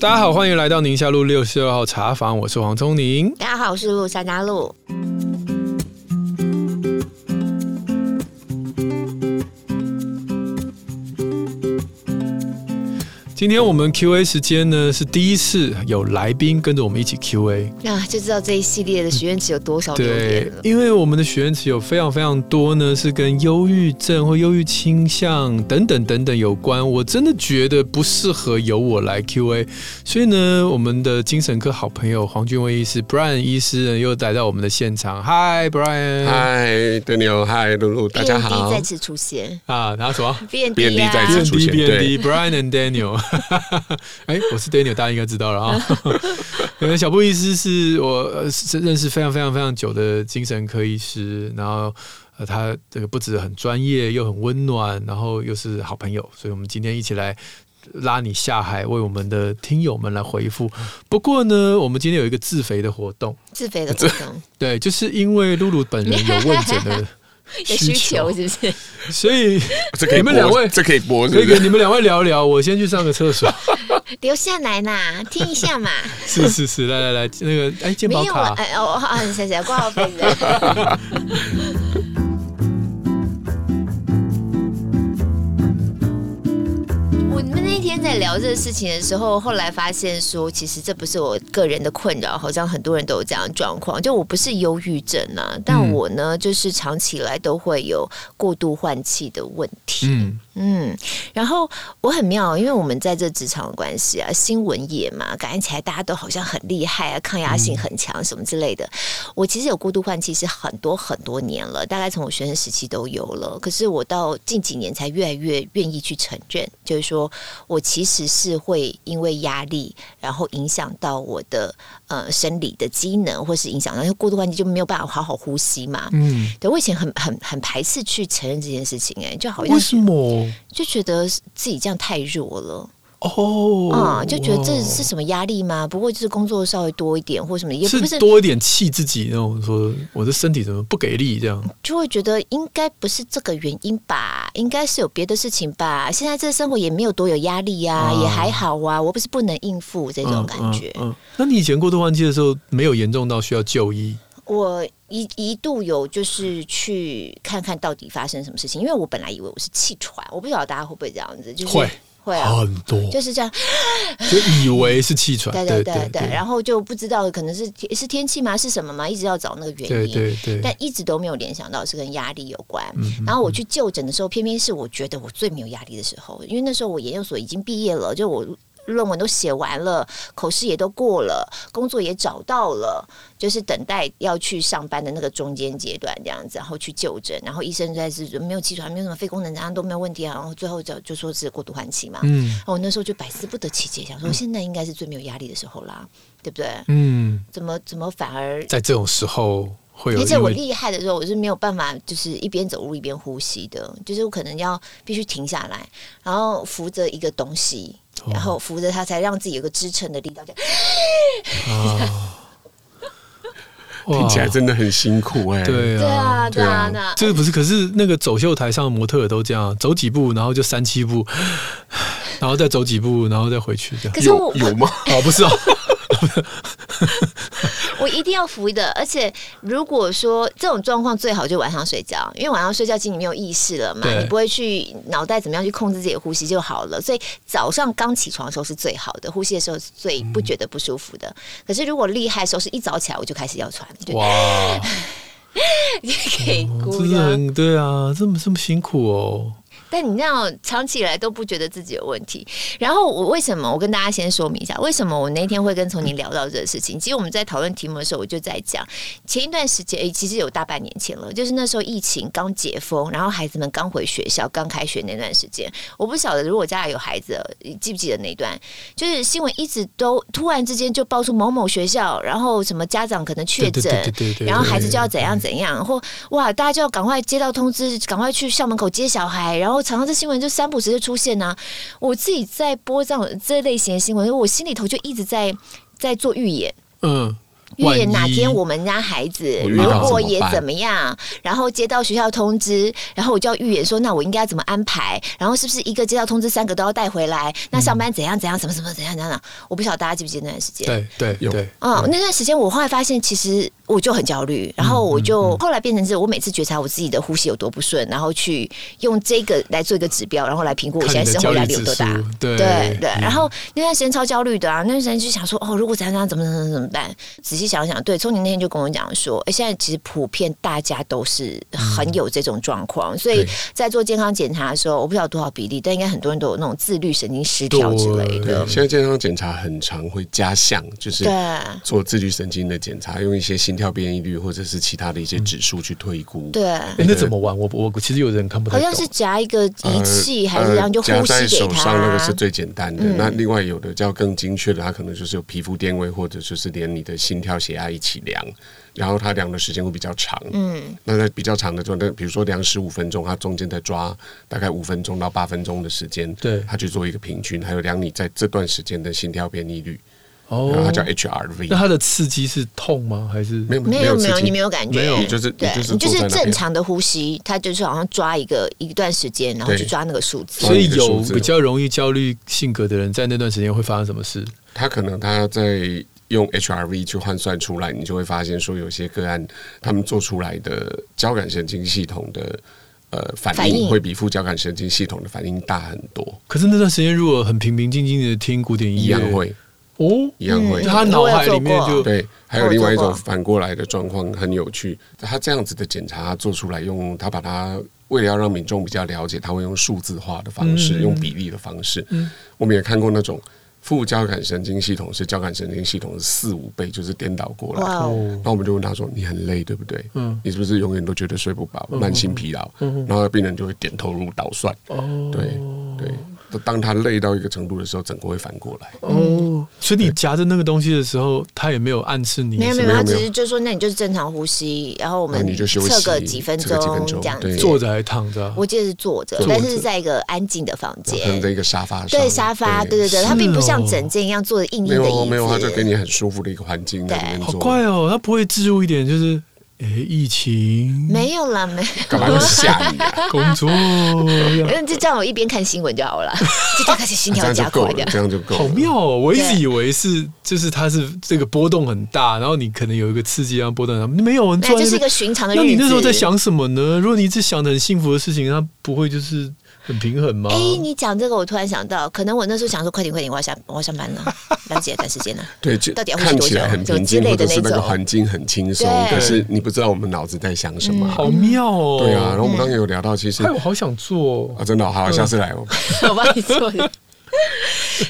大家好，欢迎来到宁夏路六十二号茶坊，我是黄聪宁。大家好，我是陆山大陆。今天我们 Q&A 时间呢是第一次有来宾跟着我们一起 Q&A，那、啊就知道这一系列的许愿池有多少留言对了，。因为我们的许愿池有非常非常多呢是跟忧郁症或忧郁倾向等等等等有关，我真的觉得不适合由我来 Q&A，所以呢，我们的精神科好朋友黄俊威医师 Brian 医师呢又来到我们的现场，Hi Brian，嗨，德牛，嗨，露露，大家 B&B 好。再次出现啊，然后什么？ ，B N B&B 再啊次，出 B 现 B 对 D Brian and Daniel，哎、我是 Daniel，大家应该知道了啊、呃小布医师是我呃是认识非常非常非常久的精神科医师，然后呃他这个不止很专业，又很温暖，然后又是好朋友，所以我们今天一起来。拉你下海，为我们的听友们来回复。不过呢，我们今天有一个自肥的活动，自肥的活动对，就是因为露露本人有问诊的有需需求求，是不是？所以这可以你们两位播，这可以播，可是以不跟是？你们两位聊聊，我先去上个厕所。 留下来呐，听一下嘛。是是是，来来来，那个哎，健没保有啊卡，哎哦，啊，谢谢挂号费的。 我们那天在聊这个事情的时候，后来发现说，其实这不是我个人的困扰，好像很多人都有这样的状况。就我不是忧郁症啊，但嗯我呢，就是长期以来都会有过度换气的问题。嗯嗯，然后我很妙，因为我们在这职场的关系啊，新闻业嘛，感觉起来大家都好像很厉害啊，抗压性很强什么之类的。我其实有过度换气是很多很多年了，大概从我学生时期都有了，可是我到近几年才越来越愿意去承认，就是说我其实是会因为压力，然后影响到我的呃生理的机能，或是影响到因为过度换气就没有办法好好呼吸嘛。嗯，对，我以前很很很排斥去承认这件事情、哎，就好像为什么？就觉得自己这样太弱了哦，啊、就觉得这哇哦是什么压力吗？不过就是工作稍微多一点或什么，也不是是多一点气自己那种，说我的身体怎么不给力这样？就会觉得应该不是这个原因吧，应该是有别的事情吧。现在这生活也没有多有压力呀、啊也还好啊，我不是不能应付这种感觉。嗯嗯嗯那你以前过度换气的时候，没有严重到需要就医？我一一度有就是去看看到底发生什么事情，因为我本来以为我是气喘，我不晓得大家会不会这样子，就是会哦会啊，很多，就是这样。就以为是气喘，对对对对对，然后就不知道可能是天是天气吗？是什么吗？一直要找那个原因。对对但对，一直都没有联想到是跟压力有关。然后我去就诊的时候，偏偏是我觉得我最没有压力的时候，因为那时候我研究所已经毕业了，就我论文都写完了，口试也都过了，工作也找到了，就是等待要去上班的那个中间阶段这样子，然后去就诊，然后医生在是没有气喘，没有什么肺功能啊都没有问题啊，然后最后就就说是过度换气嘛。嗯然后我哦那时候就百思不得其解，想说现在应该是最没有压力的时候啦，对不对？嗯，怎么怎么反而在这种时候会有而因为，且我厉害的时候，我是没有办法，就是一边走路一边呼吸的，就是我可能要必须停下来，然后扶着一个东西，然哦后扶着它，才让自己有个支撑的力道。这样哇听起来真的很辛苦哎。对对啊，对啊，对那这个不是，可是那个走秀台上的模特儿都这样，走几步，然后就三七步， 然后再走几步，然后再回去这样可。是我有有吗？哦，不 是哦，我一定要扶的，而且如果说这种状况最好就晚上睡觉，因为晚上睡觉其实你没有意识了嘛，对你不会去脑袋怎么样去控制自己的呼吸就好了。所以早上刚起床的时候是最好的，呼吸的时候是最不觉得不舒服的。可是如果厉害的时候是一早起来我就开始要喘，就 哇，嗯可以这哭是的。很对啊，这么这么辛苦哦。但你那样长期以来都不觉得自己有问题。然后我为什么？我跟大家先说明一下，为什么我那天会跟从宁聊到这个事情。其实我们在讨论题目的时候，我就在讲前一段时间，诶、其实有大半年前了，就是那时候疫情刚解封，然后孩子们刚回学校、刚开学那段时间，我不晓得如果家里有孩子，你记不记得那一段？就是新闻一直都突然之间就爆出某某学校，然后什么家长可能确对诊，对对对对对然后孩子就要怎嗯样怎样，或哇，大家就要赶快接到通知，赶快去校门口接小孩，然后常常这新闻就三不五时就出现呐、我自己在播这种这类型的新闻，我心里头就一直在在做预演。嗯，因为万一哪天我们家孩子我遇如到果怎么也办怎么样，然后接到学校通知，然后我就要预言说，那我应该要怎么安排？然后是不是一个接到通知，三个都要带回来？那上班怎样怎样，怎么怎么怎样怎样？我不晓得大家记不记得那段时间？对对有哎对，嗯嗯，那段时间我后来发现，其实我就很焦虑，然后我就后来变成是我每次觉察我自己的呼吸有多不顺，然后去用这个来做一个指标，然后来评估我现看在你的生焦活压虑力有指多数大。，对嗯对对，然后那段时间超焦虑的啊，那段时间就想说，哦，如果怎样怎样怎么怎么怎么办？仔细想想，对，聪宁那天就跟我讲说，哎，现在其实普遍大家都是很有这种状况，所以嗯对在做健康检查的时候，我不知道多少比例，但应该很多人都有那种自律神经失调之类的对，现在健康检查很常会加项，就是对。啊做自律神经的检查，用一些心跳变异率或者是其他的一些指数去推估。对，哎，那怎么玩？我我我其实有人看不太好懂，像是夹一个仪器，还是然后就呃夹呼吸在给手他。嗯上那个是最简单的。那另外有的叫更精确的，它可能就是有皮肤电位，或者就是连你的心跳、血压一起量，然后它量的时间会比较长。嗯，那在比较长的状态，比如说量十五分钟，它中间再抓大概五分钟到八分钟的时间，对它去做一个平均，还有量你在这段时间的心跳变异率，然后哦它，叫那 HRV。它的刺激是痛吗？还是没有没有有没有，刺激你没有感觉，没有你就是对你就是你就坐在是那边正常的呼吸，他就是好像抓一个一段时间，然后对去抓那个数字。所以同一个有数字比较容易焦虑性格的人，在那段时间会发生什么事？他可能他在用 HRV 去换算出来，你就会发现说，有些个案他们做出来的交感神经系统的呃反反应应，会比副交感神经系统的反应大很多，可是那段时间如果很平平静静的听古典音一乐，样会哦，一样会就。他脑海里面我有做就过对，还有另外一我有种做过反过来的状况很有趣，他这样子的检查他做出来用，他把它为了要让民众比较了解，他会用数字化的方式，嗯用比例的方式。嗯我们也看过那种副交感神经系统是交感神经系统的四五倍，就是颠倒过来。哇哦，哦，那我们就问他说：“你很累，对不对？嗯你是不是永远都觉得睡不饱、慢性疲劳？”嗯然后病人就会点头如捣蒜。哦，对对，那当他累到一个程度的时候，整个会反过来。哦，所以你夹着那个东西的时候，他也没有暗示你没有什没么有，没他有只是就说，那你就是正常呼吸，然后我然们后你就休息测个几分测个几分钟钟这样对子。坐着还是躺着啊、我记得是坐着坐，着但是在一个安静的房可能间在，一个沙发上，对沙发，对对对，是它并不哦像枕间一样坐的硬硬没的椅有啊子。没有，他就给你很舒服的一个环境在里面好做。啊怪哦，他不会置入一点就是，诶，疫情，没有啦，没有。干嘛要吓你 啊？工 作，没有，就 这样，我一边看新闻就好了， 就大概是心这跳样就加够快了，的。这样就够了。好妙哦！我一直对以为是就是它是这个波动很大，然后你可能有一个刺激让波动很大，没有，你那坐在哎就那是一个边寻常的日那子。你那时候在想什么呢？如果你一直想的很幸福的事情，它不会就是很平衡吗？啊哎、你讲这个，我突然想到，可能我那时候想说，快点，快点，我要下，我要上班了，了解，赶时间 了。对，就到底要呼吸看多起来久很就平之静，类或的者是那那个种环境很轻松，对嗯可是你不知道我们脑子在想什么啊。好妙哦！对啊，然后我们刚刚有聊到，其实哎，我好想做哦啊，真的哦好，下次来哦。我帮你 做的。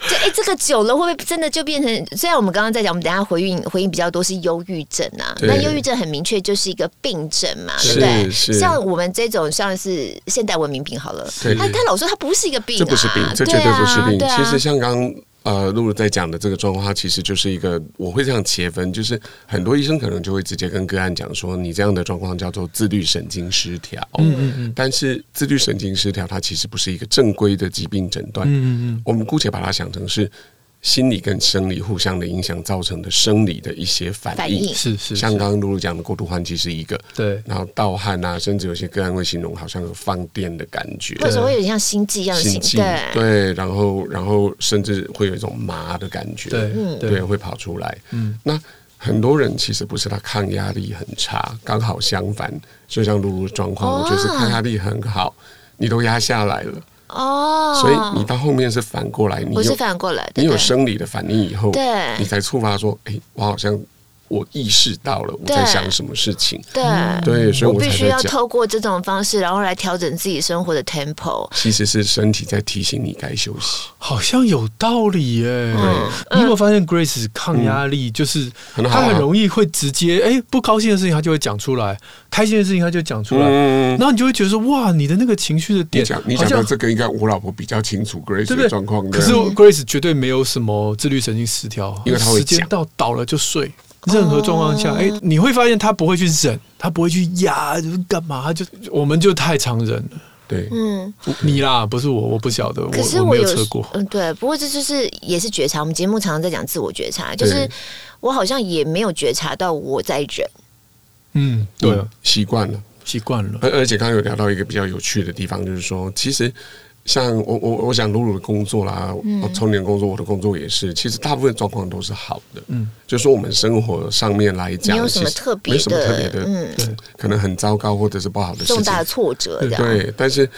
就哎、这个久了会不会真的就变成？虽然我们刚刚在讲，我们等一下回应回应比较多是忧郁症啊，对那忧郁症很明确就是一个病症嘛，对是不对？是像我们这种像是现代文明病好了，对他他老说他不是一个病、啊，这不是病，这绝对啊不是病。对啊、其实像刚刚呃露露在讲的这个状况，它其实就是一个我会这样切分，就是很多医生可能就会直接跟个案讲说，你这样的状况叫做自律神经失调。嗯嗯嗯。但是自律神经失调它其实不是一个正规的疾病诊断，嗯嗯我们姑且把它想成是心理跟生理互相的影响造成的生理的一些反反应。应嗯，是是，像是刚刚露露讲的过度换气是一个，对然后盗汗啊，甚至有些个案会形容好像有放电的感觉，或者说会有点像心悸一样的呃心形悸，对。对，然后然后甚至会有一种麻的感觉，嗯对对，会跑出来。嗯，那很多人其实不是他抗压力很差，刚好相反，就像露露的状况，哦我就是抗压力很好，你都压下来了，哦，所以你到后面是反过来，你我是有反过来的，你有对生理的反应以后，对你才触发说，哎，我好像我意识到了我在对想什么事情，对。对，所以我我才必须在要讲。透过这种方式，然后来调整自己生活的 tempo。其实是身体在提醒你该休息，好像嗯有道理耶。你有没有发现 Grace 抗压力就是很好她啊很容易会直接哎不高兴的事情她就会讲出来，开心的事情她就讲出来，嗯然后你就会觉得说哇，你的那个情绪的你点讲你好讲像到这个，应该我老婆比较清楚 Grace 对不的对状况的。可是 Grace 绝对没有什么自律神经失调，因为她会时间讲到倒了就睡，任何状况下，哎、你会发现她不会去忍，她不会去压，就是干嘛，她就我们就太常忍了。对，嗯，你啦，不是我，我不晓得，可是我没有有测过。嗯，对，不过这就是也是觉察。我们节目常常在讲自我觉察，就是对我好像也没有觉察到我在忍。嗯，对啊，习惯了。习惯了。而而且刚刚有聊到一个比较有趣的地方，就是说，其实像我我我想露露的工作啦，嗯我从你的工作，我的工作也是，其实大部分状况都是好的。嗯，就是说我们生活上面来讲，没有什么其实特别的没什么特别的，嗯对可能很糟糕或者是不好的事重大情的，挫折这样。对，但是。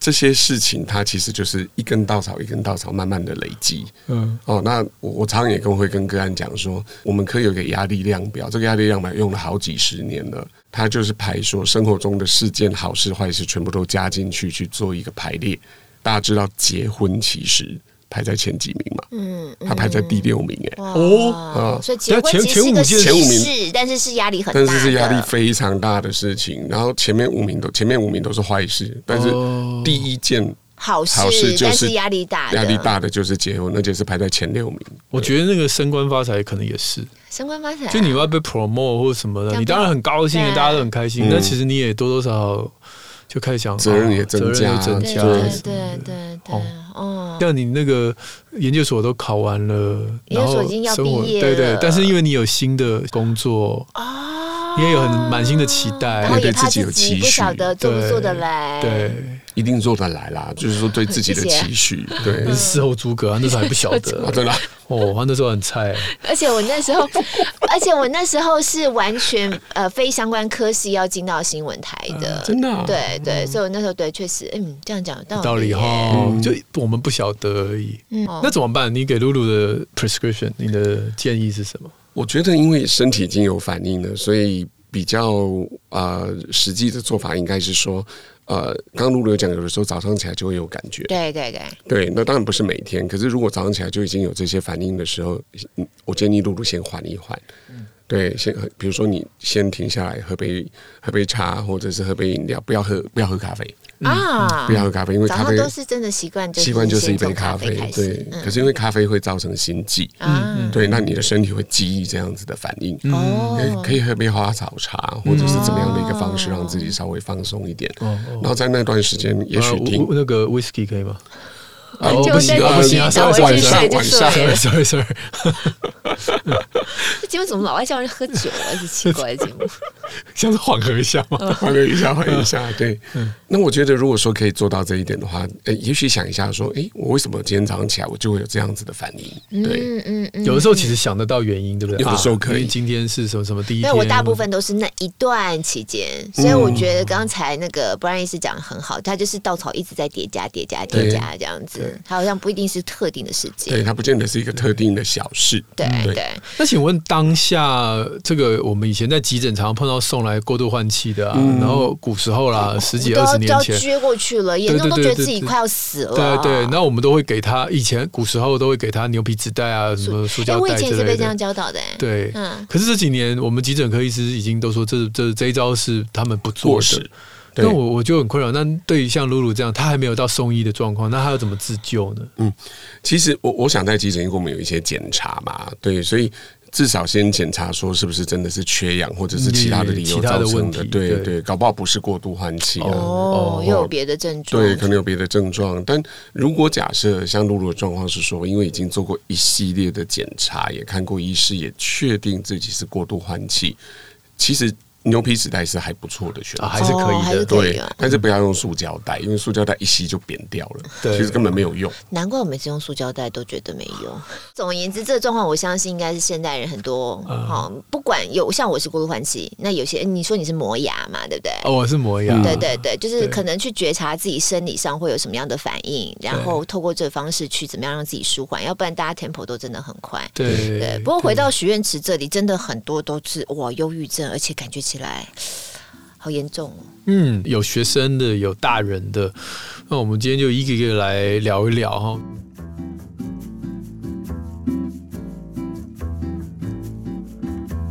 这些事情，它其实就是一根稻草一根稻草慢慢的累积。嗯哦，那我我常常也跟会跟个案讲说，我们可以有一个压力量表，这个压力量表用了好几十年了，它就是排说生活中的事件、好事、坏事，全部都加进去去做一个排列。大家知道结婚其实排在前几名嘛，嗯，它排在第六名哎、哇哦啊所以结婚前其实是前个五件喜前五名事，但是是压力很大但的，是是压力非常大的事情。然后前面五名都前面五名都是坏事，但是哦第一件好事，好事就但是是压力大的，压力大的就是结婚，而且是排在前六名。我觉得那个升官发财可能也是，升官发财啊，就你要被 promote 或什么这的，样你当然很高兴对，啊大家都很开心，嗯但其实你也多多少少就开始想责任也啊增责任加也增对加责对任什么对的对对哦，哦，像你那个研究所都考完了，研然究后所已经要生活毕业对对了，但是因为你有新的工作，哦，你也有很满心的期待然后也对怕自己有自己期不晓许得做不对做得来，对，一定做得来啦，就是说对自己的嗯谢谢期许，对那是事后诸葛啊，那时候还不晓 啊，得真的啊。哦，他那时候很菜，而且我那时候， 而且我那时候是完全呃非相关科系要进到新闻台的，真的啊嗯对对，所以我那时候对确实，嗯，这样讲有道理道理耶哈，哦嗯就我们不晓得而已。嗯，那怎么办？你给露露的 prescription，你的建议是什么？我觉得因为身体已经有反应了，所以比较呃实际的做法应该是说，呃，刚刚露露有讲，有的时候早上起来就会有感觉，对对对，对，那当然不是每天，可是如果早上起来就已经有这些反应的时候，嗯我建议露露先缓一缓。嗯对，先喝比如说你先停下来喝杯喝杯茶，或者是喝杯饮料，不要喝不要喝咖啡，啊嗯不，要喝咖啡，因为早咖上啡都是真的习惯，习惯就是一先杯从咖咖啡开，始对。嗯嗯可是因为咖啡会造成心悸，啊，对，那你的身体会记忆这样子的反应，可以哦，可以喝杯花草茶，或者是怎么样的一个方式，让自己稍微放松一点。嗯哦然后在那段时间，也哦许听啊我我那个 whisky 可以吗？啊我不行就啊，在不行啊自己，sorry 找回 sorry 去 sorry sorry sorry 睡就睡晚上 sorry，这节目啊怎么老爱叫人喝酒啊？这奇怪的节目， 像是缓和一下嘛。嗯换个一下，换一下。 对，那我觉得如果说可以做到这一点的话，呃，也许想一下说，诶，我为什么今天早上起来我就会有这样子的反应？ 对，嗯嗯 嗯，有的时候其实想得到原因，对不对？有的时候可以啊因为今天是什么什么第一对天？我大部分都是那一段期间，所以我觉得刚才那嗯个 Brian 医师讲的很好，他就是稻草一直在叠加、叠加、叠加这样子对，他好像不一定是特定的事对，件。它不见得是一个特定的小事。对嗯对对，那请问当下这个，我们以前在急诊常碰到送来过度换气的啊，然后古时候啦，十我几都二十要都年要前。撅过去了，严重都觉得自己快要死对了。对，那我们都会给他以前古时候都会给他牛皮纸袋啊，什么塑哎，胶我以袋前也之是被类这样的。教导的。哎，对，嗯可是这几年我们急诊科医师已经都说这这这一招是他们不做过的时。，那对我我就很困扰。那对于像露露这样，她还没有到送医的状况，那她要怎么自救呢？嗯其实我我想在急诊医我们有一些检查嘛，对，所以至少先检查说是不是真的是缺氧或者是其他的理嗯由其他的造成问的，题对对对，搞不好不是过度换气啊。哦哦，又有别的症状。对，可能有别的症状，但如果假设像露露的状况是说，因为已经做过一系列的检查，也看过医师，也确定自己是过度换气，其实牛皮纸袋是还不错的选择。啊，还是可哦还以的。是可以对啊，但是不要用塑胶袋，因为塑胶袋一吸就扁掉了，对其实根本没有用。难怪我每次用塑胶袋都觉得没用。 总而言之，这个状况我相信应该是现代人很多哈、不管有像我是过度换气，那有些你说你是磨牙嘛，对不对？哦，我是磨牙。对对对，就是对可能去觉察自己生理上会有什么样的反应，然后透过这方式去怎么样让自己舒缓，要不然大家 tempo 都真的很快。对对，不过回到许愿池这里，真的很多都是哇忧郁症，而且感觉起来好严重哦。嗯，有学生的，有大人的。那我们今天就一个一个来聊一聊哈。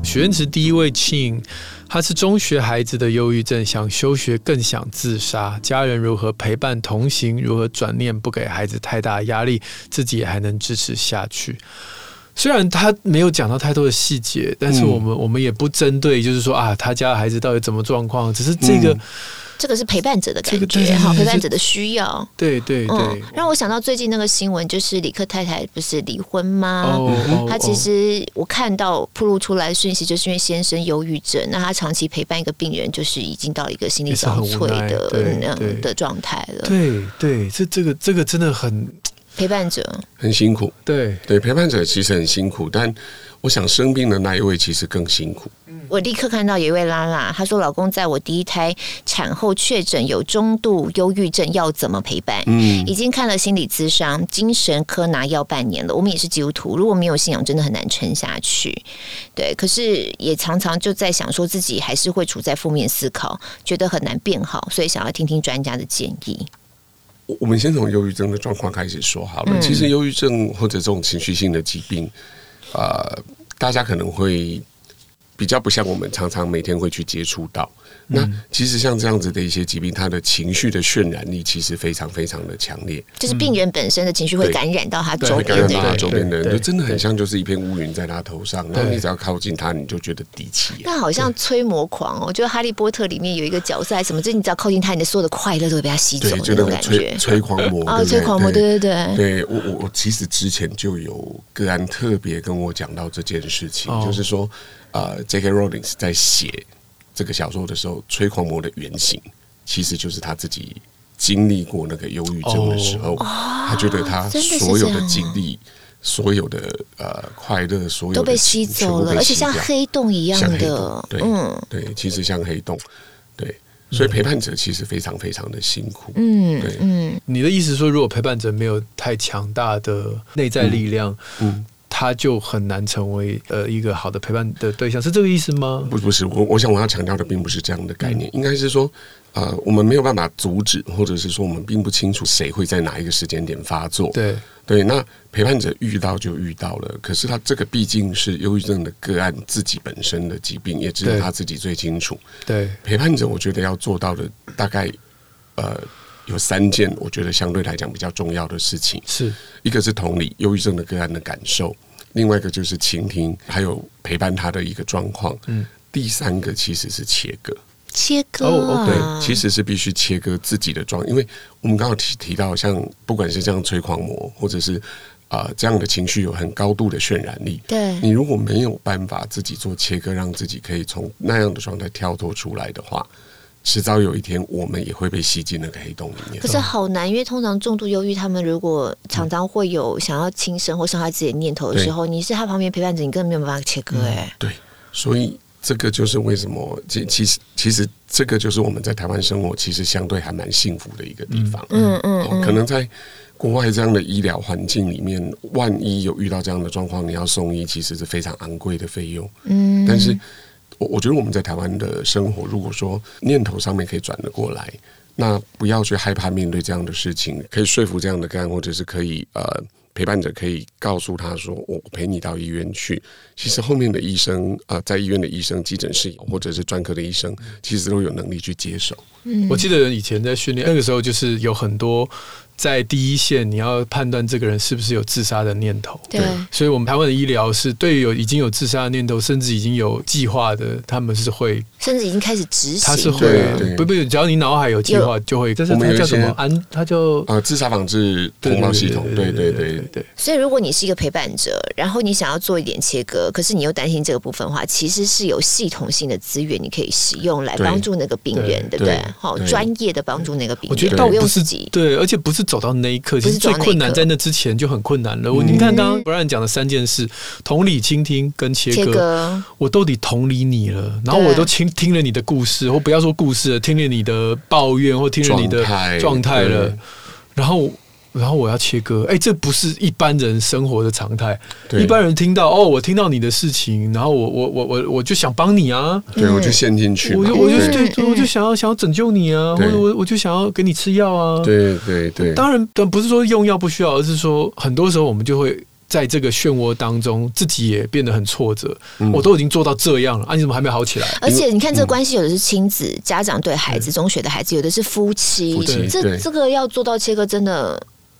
许愿池第一位庆，他是中学孩子的忧郁症，想休学更想自杀，家人如何陪伴同行，如何转念不给孩子太大压力，自己也还能支持下去。虽然他没有讲到太多的细节，但是嗯我们、我们也不针对，就是说啊，他家孩子到底怎么状况，只是这个、嗯这个是陪伴者的感这个对觉，对哈，对陪对伴对者的需要。对对嗯对，，让我想到最近那个新闻，就是李克太太不是离婚吗？哦她嗯其实我看到铺露出来的讯息，就是因为先生忧郁症，那她长期陪伴一个病人，就是已经到了一个心力也是很交瘁无奈的对那样对的状态了。对对，这这个这个真的很陪伴者，很辛苦。对对，陪伴者其实很辛苦，但我想生病的那一位其实更辛苦。我立刻看到有一位拉拉，她说老公在我第一胎产后确诊有中度忧郁症，要怎么陪伴？嗯已经看了心理咨商、精神科拿药半年了。我们也是基督徒，如果没有信仰，真的很难撑下去。对，可是也常常就在想说自己还是会处在负面思考，觉得很难变好，所以想要听听专家的建议。我我们先从忧郁症的状况开始说好了。嗯其实忧郁症或者这种情绪性的疾病，呃，大家可能会比较不像我们常常每天会去接触到。那嗯其实像这样子的一些疾病，它的情绪的渲染力其实非常非常的强烈，就是病人本身的情绪会嗯对感染到他对周会会边感的对染到他人。周边的人，啊对就对真的很像就是一片乌云在他头上，然后对你只要靠近他，你就觉得敌气那好像催魔狂哦，就《哈利波特》里面有一个角色，还是什么，就是你只要靠近他，你的所有的快乐都会被他吸走对，的就那种那个感催觉。催狂魔，对哦，不催狂魔，对对对，对我我我其实之前就有个案特别跟我讲到这件事情，哦就是说，呃，J.K. Rowling 在写这个小说的时候，催狂魔的原型其实就是他自己经历过那个忧郁症的时候，他觉得他哦真的是所有这的样啊经历。所有的呃快乐，所有的都被吸情走了，全部被而且吸像掉黑洞一样像黑的洞，，对，嗯。对，其实像黑洞，对，所以陪伴者其实非常非常的辛苦，嗯对嗯，你的意思是说，如果陪伴者没有太强大的内在力量，嗯，他就很难成为呃一个好的陪伴的对象，是这个意思吗？嗯不不是，我我想我要强调的并不是这样的概念，嗯应该是说，呃，我们没有办法阻止，或者是说我们并不清楚谁会在哪一个时间点发作。对，对那陪伴者遇到就遇到了，可是他这个毕竟是忧郁症的个案自己本身的疾病，也只有对他自己最清楚。对，陪伴者，我觉得要做到的大概呃有三件，我觉得相对来讲比较重要的事情。是，一个是同理忧郁症的个案的感受，另外一个就是倾听，还有陪伴他的一个状况。嗯，第三个其实是切割，切割哦啊，哦对，其实是必须切割自己的状，因为我们刚好提提到，像不管是这样催狂魔，或者是啊、呃这样的情绪有很高度的渲染力，对你如果没有办法自己做切割，让自己可以从那样的状态跳脱出来的话，迟早有一天我们也会被吸进那个黑洞里面可。是好难，因为通常重度忧郁，他们如果常常会有想要轻生或伤害自己的念头的时候，你是他旁边陪伴者，你根本没有办法切割嗯哎。对，所以这个就是为什么，其其实其实这个就是我们在台湾生活其实相对还蛮幸福的一个地方。嗯嗯哦可能在国外这样的医疗环境里面，万一有遇到这样的状况，你要送医其实是非常昂贵的费用。嗯，但是我我觉得我们在台湾的生活，如果说念头上面可以转得过来，那不要去害怕面对这样的事情，可以说服这样的个案，或者是可以呃陪伴者可以告诉他说，我陪你到医院去。其实后面的医生啊、呃在医院的医生、急诊室或者是专科的医生，其实都有能力去接手。嗯我记得以前在训练那个时候，就是有很多在第一线，你要判断这个人是不是有自杀的念头。对对所以，我们台湾的医疗是对于有已经有自杀的念头，甚至已经有计划的，他们是会，甚至已经开始执他是行会对了。对不不，只要你脑海有计划，就会。但是我们他有一叫什些么安？他就啊，自杀防治对通报系统，对对对对，对，所以，如果你是一个陪伴者，然后你想要做一点切割，可是你又担心这个部分的话，其实是有系统性的资源你可以使用来对帮助那个病人，对对不对对？好，对专业的帮助那个病人，我觉得而倒不用不自是己。对，而且不是走到那一刻，不其是实最走到那一刻嗯困难在那之前就很困难了。我你看刚刚 Brian 讲的三件事：同理、倾听跟切割，我到底同理你了，然后对我都听听了你的故事，或不要说故事了，听了你的抱怨或听了你的状态状态了对，然后然后我要切割，哎，这不是一般人生活的常态。对一般人听到哦，我听到你的事情，然后我我我我我就想帮你啊，对我就陷进去嘛，我就我就嗯对，嗯我就想要想要拯救你啊，或对者我我就想要给你吃药啊。对对对对当然，但不是说用药不需要，而是说很多时候我们就会。在这个漩涡当中，自己也变得很挫折。嗯我都已经做到这样了，啊，你怎么还没好起来？而且你看，这个关系有的是亲子、家长对孩子、中学的孩子，有的是夫妻，夫妻这对这个要做到切割，真的、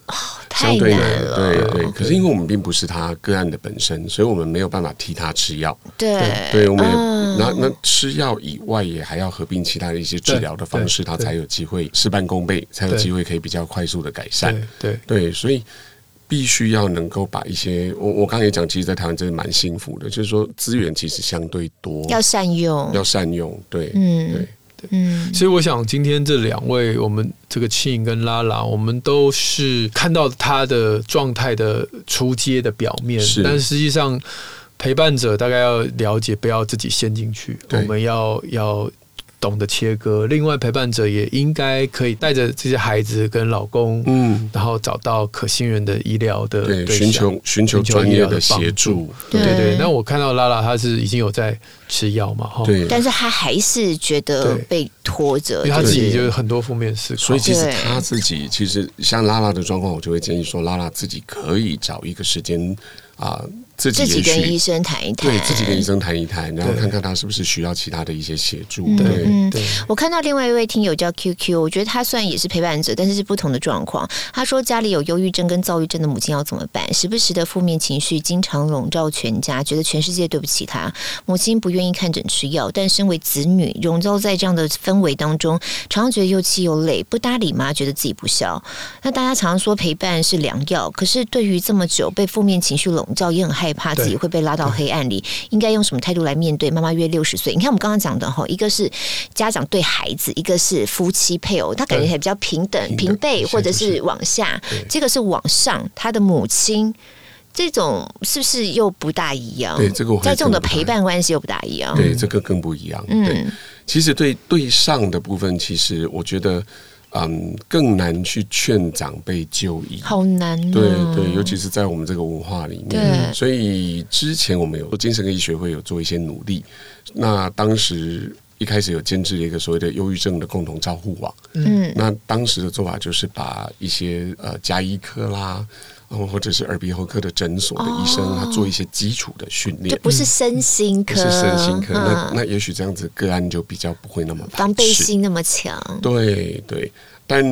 哦、相对太难难，了对对。 OK 可是因为我们并不是他个案的本身，所以我们没有办法替他吃药。对对，我们也嗯那那吃药以外，也还要合并其他的一些治疗的方式，对对他才有机会事半功倍，才有对机会可以比较快速的改善。对对对，所以必须要能够把一些我我刚才也讲，其实，在台湾真的蛮幸福的，就是说资源其实相对多，要善用，要善用。对，嗯对嗯，所以我想，今天这两位，我们这个庆跟拉拉，我们都是看到他的状态的出街的表面，是但实际上陪伴者大概要了解，不要自己陷进去，我对们要要。懂得切割，另外陪伴者也应该可以带着这些孩子跟老公，嗯，然后找到可信任的医疗的对，象寻求寻求寻求专医业疗的的帮协助，对对对。那我看到拉拉她是已经有在吃药嘛，哈，对。但是他还是觉得对被拖着，因为她就自是己就是很多负面思考，所以其实对他自己，其实像拉拉的状况，我就会建议说，拉拉自己可以找一个时间啊、自己自己也跟医许生谈一谈，对自己跟医生谈一谈，然后对看看他是不是需要其他的一些协助。嗯对，对对我看到另外一位听友叫 QQ，我觉得他虽然也是陪伴者，但是是不同的状况。他说家里有忧郁症跟躁郁症的母亲要怎么办？时不时的负面情绪经常笼罩全家，觉得全世界对不起他。母亲不愿意看诊吃药，但身为子女，笼罩在这样的氛围当中，常常觉得又气又累，不搭理妈，觉得自己不孝。那大家常常说陪伴是良药，可是对于这么久被负面情绪笼罩，也很害怕自己对会被拉到黑暗里。应该用什么态度来面对？妈妈约六十岁，你看我们刚刚讲的哈，一个是家长对孩子，一个是夫妻配偶，他感觉对还比较平等、平等平辈是或者是是往下对，这个是往上，他的母亲。这种是不是又不大一样？对这个我还在这种的真的不太陪伴关系又不大一样。对，这个更不一样。对嗯，其实对对上的部分，其实我觉得，嗯，更难去劝长辈就医。好难、哦。对对，尤其是在我们这个文化里对面，所以之前我们有精神科医学会有做一些努力。那当时一开始有建制了一个所谓的忧郁症的共同照护网，嗯那当时的做法就是把一些呃加医科啦，嗯或者是耳鼻喉科的诊所的医生，哦他做一些基础的训练就。不是身心科，嗯不是身心科，那嗯那也许这样子个案就比较不会那么排斥防备。心那么强。对对，但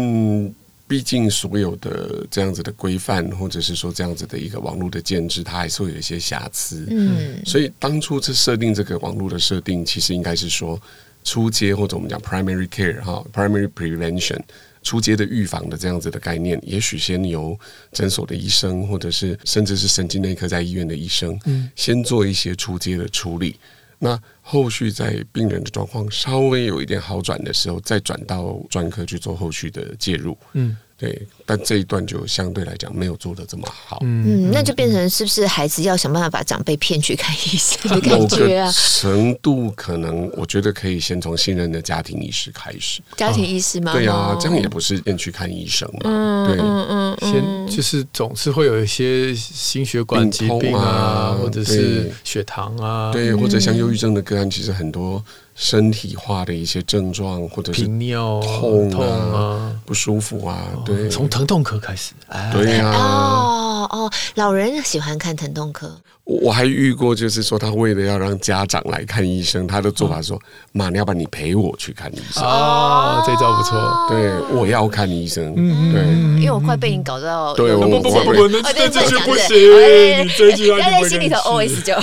毕竟所有的这样子的规范，或者是说这样子的一个网络的建制，它还是会有一些瑕疵。嗯所以当初这设定这个网络的设定，其实应该是说初阶或者我们讲 primary care 哈，primary prevention。初阶的预防的这样子的概念，也许先由诊所的医生，或者是甚至是神经内科在医院的医生，嗯先做一些初阶的处理。那后续在病人的状况稍微有一点好转的时候，再转到专科去做后续的介入。嗯对，但这一段就相对来讲没有做的这么好。嗯嗯，那就变成是不是孩子要想办法把长辈骗去看医生的某感觉个啊？程度可能，我觉得可以先从信任的家庭医师开始。嗯家庭医师吗？对呀、啊哦这样也不是先去看医生嘛。嗯对。嗯嗯先嗯，就是总是会有一些心血管疾病病痛啊啊，或者是血糖啊、对，或者像忧郁症的个案，其实很多身体化的一些症状，或者是频尿啊、痛啊痛啊，不舒服啊，对，从疼痛科开始。哎对啊呀、哦哦，老人喜欢看疼痛科，我我还遇过，就是说他为了要让家长来看医生，他的做法说：“妈，你要不然你陪我去看医生。哦啊，这招不错。对，我要看医生。嗯对，因为我快被你搞到嗯对有我抑郁不不症不不了那哦这对能这讲就不对行对你这句话不要就不在心里头能 always 就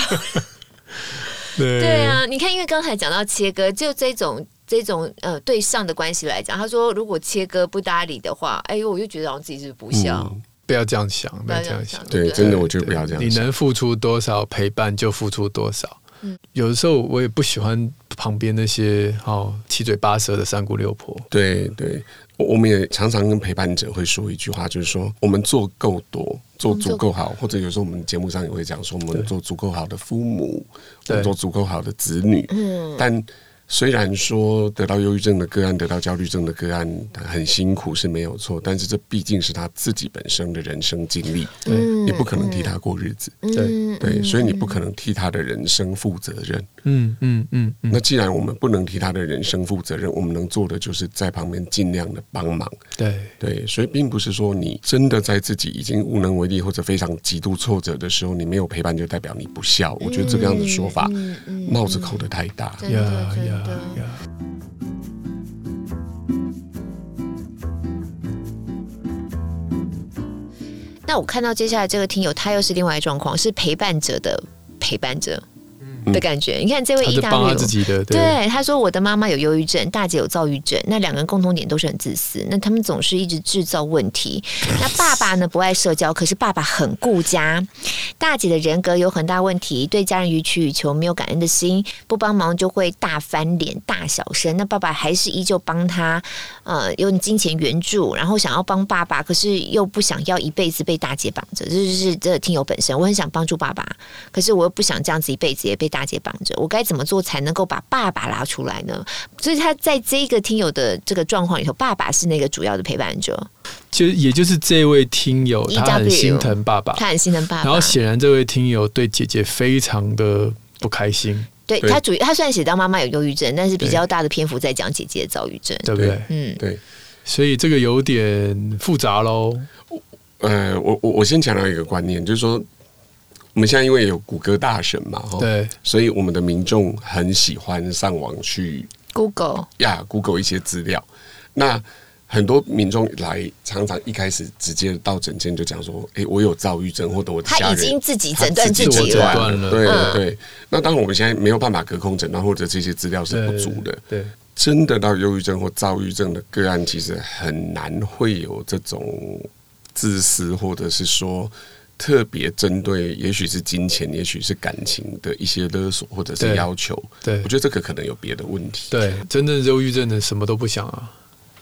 对对啊。你看，因为刚才讲到切割，就这种。这种呃对上的关系来讲，他说如果切割不搭理的话，哎呦，我就觉得好像自己是不孝。嗯不要这样想，不要这样不要这样想想。对，对真的，我觉得不要这样你想。能付出多少陪伴就付出多少。嗯有的时候我也不喜欢旁边那些哦七嘴八舌的三姑六婆。对对，我我们也常常跟陪伴者会说一句话，就是说我们做够多，做足够好，或者有时候我们节目上也会讲说，我们做足够好的父母，我对们做足够好的子女。但虽然说得到忧郁症的个案、得到焦虑症的个案很辛苦是没有错，但是这毕竟是他自己本身的人生经历，对嗯你嗯不可能替他过日子，对，对，所以你不可能替他的人生负责任。嗯嗯嗯嗯，那既然我们不能替他的人生负责任，我们能做的就是在旁边尽量的帮忙。对对，所以并不是说你真的在自己已经无能为力或者非常极度挫折的时候，你没有陪伴就代表你不孝。嗯我觉得这个样的说嗯法帽子扣得太大。真呀的真呀的。呀。哎、那我看到接下来这个听友，他又是另外状况，是陪伴者的陪伴者。嗯的感觉，你看这位他意是大帮他利自己的，对，对，他说我的妈妈有忧郁症，大姐有躁郁症，那两个人共同点都是很自私，那他们总是一直制造 问题。那爸爸呢不爱社交，可是爸爸很顾家。大姐的人格有很大问题，对家人予取予求，没有感恩的心，不帮忙就会大翻脸、大小声。那爸爸还是依旧帮他，呃，用金钱援助，然后想要帮爸爸，可是又不想要一辈子被大姐绑着，这就是这个听友本身。我很想帮助爸爸，可是我又不想这样子一辈子也被大姐绑着，我该怎么做才能够把爸爸拉出来呢？所以他在这个听友的这个状况里头，爸爸是那个主要的陪伴者，就也就是这位听友， EW 他很心疼爸爸，他很心疼爸然爸后。显然这位听友对姐姐非常的不开心，对对他主他虽然写到妈妈有忧郁症，但是比对较大的篇幅在讲姐姐的躁郁症。对不对？对嗯，对，所以这个有点复杂喽。呃，我我我先强调一个观念，就是说，我们现在因为有谷歌大神嘛，哈，对，所以我们的民众很喜欢上网去 Google，呀 Google 一些资料。那很多民众来，常常一开始直接到诊间就讲说：“诶，我有躁郁症，或者我的家他已人经自己诊断他自自己我诊了。断了对嗯对。那当然，我们现在没有办法隔空诊断，或者这些资料是不足的。对，真的到忧郁症或躁郁症的个案，其实很难会有这种自私，或者是说特别针对，也许是金钱，也许是感情的一些勒索或者是对要求。对我觉得这个可能有别的问题。对，真正忧郁症的什么都不想啊，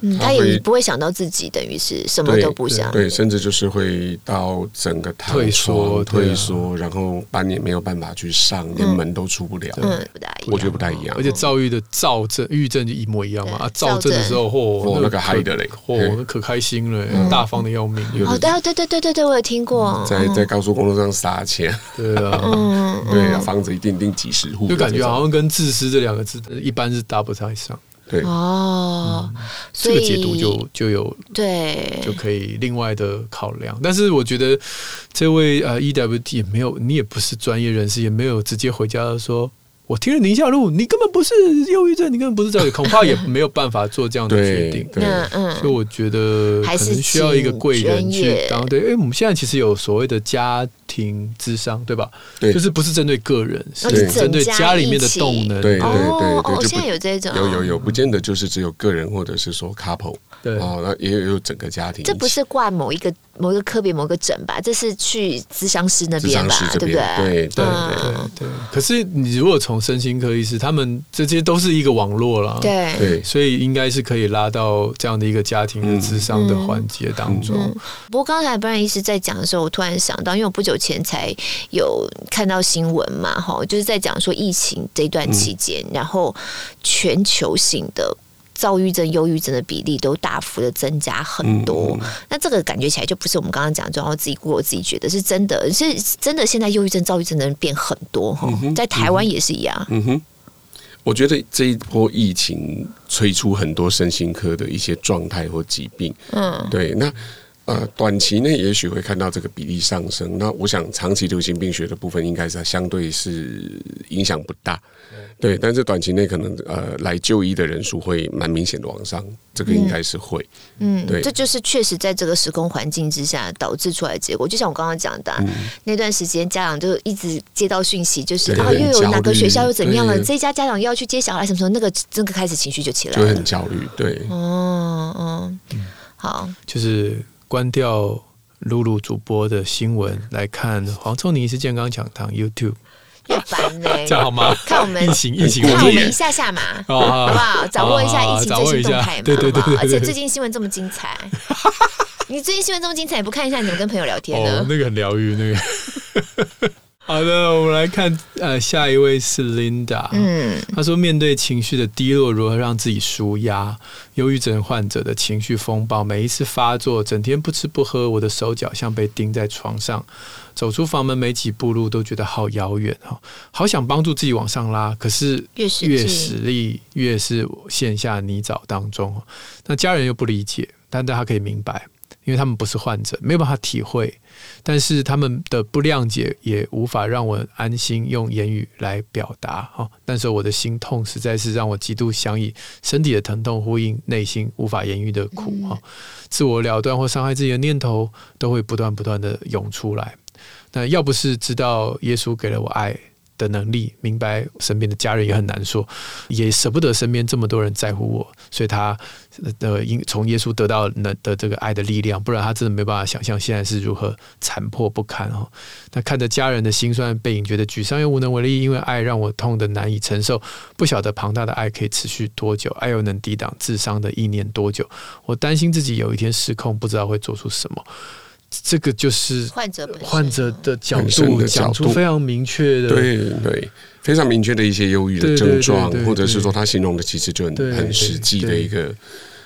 嗯，他他也会不会想到自己，等于是什么对都不想。对，甚至就是会到整个躺退缩床退对啊缩，然后班也没有办法去上，连门都出不了。嗯，不大一样。我觉得不太一样哦而。且躁郁的躁症、郁症就一模一样嘛。对啊，躁症的时候，嚯，哦那个可嗨的嘞嚯，嘿嗯那可开心了，大方的要命。有哦，的对啊对对对对对，我有听过。嗯在在高速公路上撒钱，对啊，嗯，嗯对啊，房子一定定几十户的就这种，感觉好像跟自私这两个字一般是搭不太上。对哦，所这以个解读就就有对，就可以另外的考量。但是我觉得这位呃 EWT 也没有，你也不是专业人士，也没有直接回家说。我听了宁夏路，你根本不是忧郁症，你根本不是 躁郁，恐怕也没有办法做这样的决对定。对那所以嗯，我觉得还可是能需要一个贵人请去专当业对，因为我们现在其实有所谓的家庭智商，对吧？对就是不是针对个人，是是针对哦整家家里面的一起动能。对对哦对哦，就现在不有这种，有有有，不见得就是只有个人或者是说 couple 对哦，那也有也有整个家庭一起。这不是挂某一个某一个科别某个诊吧？这是去咨商师那智边商吧师，这对不边，对对嗯对。对可是你如果从身心科医师，他们这些都是一个网络啦，，对对，所以应该是可以拉到这样的一个家庭的智商的环节当中。嗯，不过刚才不然医师在讲的时候，我突然想到，因为我不久前才有看到新闻嘛，哈，就是在讲说疫情这段期间，然后全球性的。躁郁症、忧郁症的比例都大幅的增加很多，那这个感觉起来就不是我们刚刚讲的，然后自己过我自己觉得是真的，是真的。现在忧郁症、躁郁症的人变很多哈，在台湾也是一样。嗯哼，我觉得这一波疫情催出很多身心科的一些状态或疾病。嗯，对，那呃，短期内也许会看到这个比例上升。那我想，长期流行病学的部分应该是相对是影响不大，嗯对。但是短期内可能呃，来就医的人数会蛮明显的往上，这个应该是会。嗯对，这就是确实在这个时空环境之下导致出来的结果。就像我刚刚讲的啊、那段时间家长就一直接到讯息，就是对啊，又有很哪个焦虑学校又怎么样了，对这一家家长又要去接小孩，什么时候那个那个开始情绪就起来就会了很。焦虑，对，哦，嗯，好，就是关掉露露主播的新闻，来看黄聪宁医师健康讲堂 YouTube，要烦呢、这样好 吗？看我们疫情疫情看我我们们一下下嘛。哦好不好？掌握一下疫情掌握最一新动下态嘛，对对对好不好？而对且对最近新闻这么精彩，你最近新闻这么精彩，不看一下你怎么跟朋友聊天呢？哦，那个很疗愈，那个。 好的，我们来看，呃，下一位是 Linda，嗯，他说：“面对情绪的低落，如何让自己舒压？忧郁症患者的情绪风暴，每一次发作，整天不吃不喝，我的手脚像被钉在床上，走出房门没几步路都觉得好遥远哦，好想帮助自己往上拉，可是越实际越使力越是陷下泥沼当中哦。那家人又不理解，但但他可以明白。”因为他们不是患者，没有办法体会。但是他们的不谅解也无法让我安心用言语来表达。哦，那时候我的心痛实在是让我极度想以身体的疼痛呼应内心无法言喻的苦。嗯哈、哦，自我了断或伤害自己的念头都会不断不断的涌出来。那要不是知道耶稣给了我爱。的能力，明白身边的家人也很难说，也舍不得身边这么多人在乎我，所以他呃，因从耶稣得到那的这个爱的力量，不然他真的没办法想象现在是如何残破不堪哦。那看着家人的心酸背影，觉得沮丧又无能为力，因为爱让我痛得难以承受，不晓得庞大的爱可以持续多久，爱又能抵挡自伤的意念多久？我担心自己有一天失控，不知道会做出什么。这个就是患者本身患者的角本身度的讲角出度非常明确的对对，非常明确的一些忧郁对的对症状对对，或者是对说他形容的其实就很对对很实际的对一个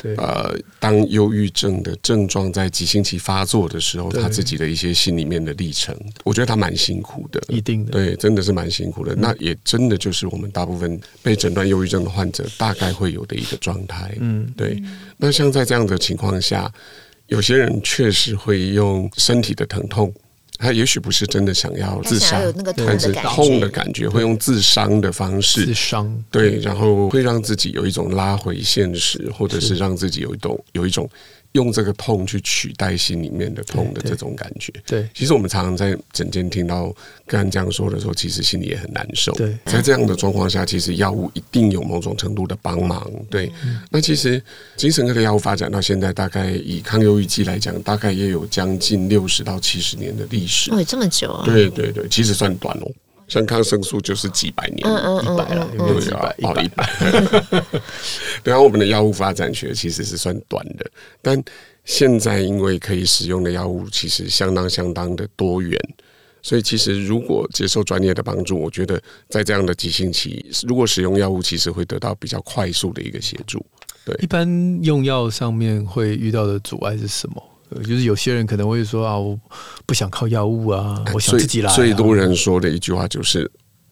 对呃，当忧郁症的症状在急性期发作的时候，对他自己的一些心里面的历程，我觉得他蛮辛苦的。一定的对，真的是蛮辛苦的。那也真的就是我们大部分被诊断忧郁症的患者大概会有的一个状态。嗯对，那像在这样的情况下，有些人确实会用身体的疼痛，他也许不是真的想要他自想杀要有，那个痛但的是感痛觉，的感觉会用自伤的方自式，伤对，然后会让自己有一种拉回现实，或者是让自己有一种有一种用这个痛去取代心里面的痛的对对这种感觉。对其实我们常常在整间听到个案这样说的时候，其实心里也很难受。对在这样的状况下，其实药物一定有某种程度的帮忙。对，嗯那其实精神科的药物发展到现在，大概以抗忧郁剂来讲，大概也有将近六十到七十年的历哎史。哦，这么久啊，对对对，其实算短哦。像抗生素就是几百年，嗯嗯嗯百了嗯，有没有对几啊百，哦，一一百百。 然后我们的药物发展学其实是算短的，但现在因为可以使用的药物其实相当相当的多元，所以其实如果接受专业的帮助，我觉得在这样的急性期，如果使用药物，其实会得到比较快速的一个协助。一般用药上面会遇到的阻碍是什么？呃就是有些人可能会说啊，我不想靠药物啊，我想最自己来啊、最多人说的一句话就是：“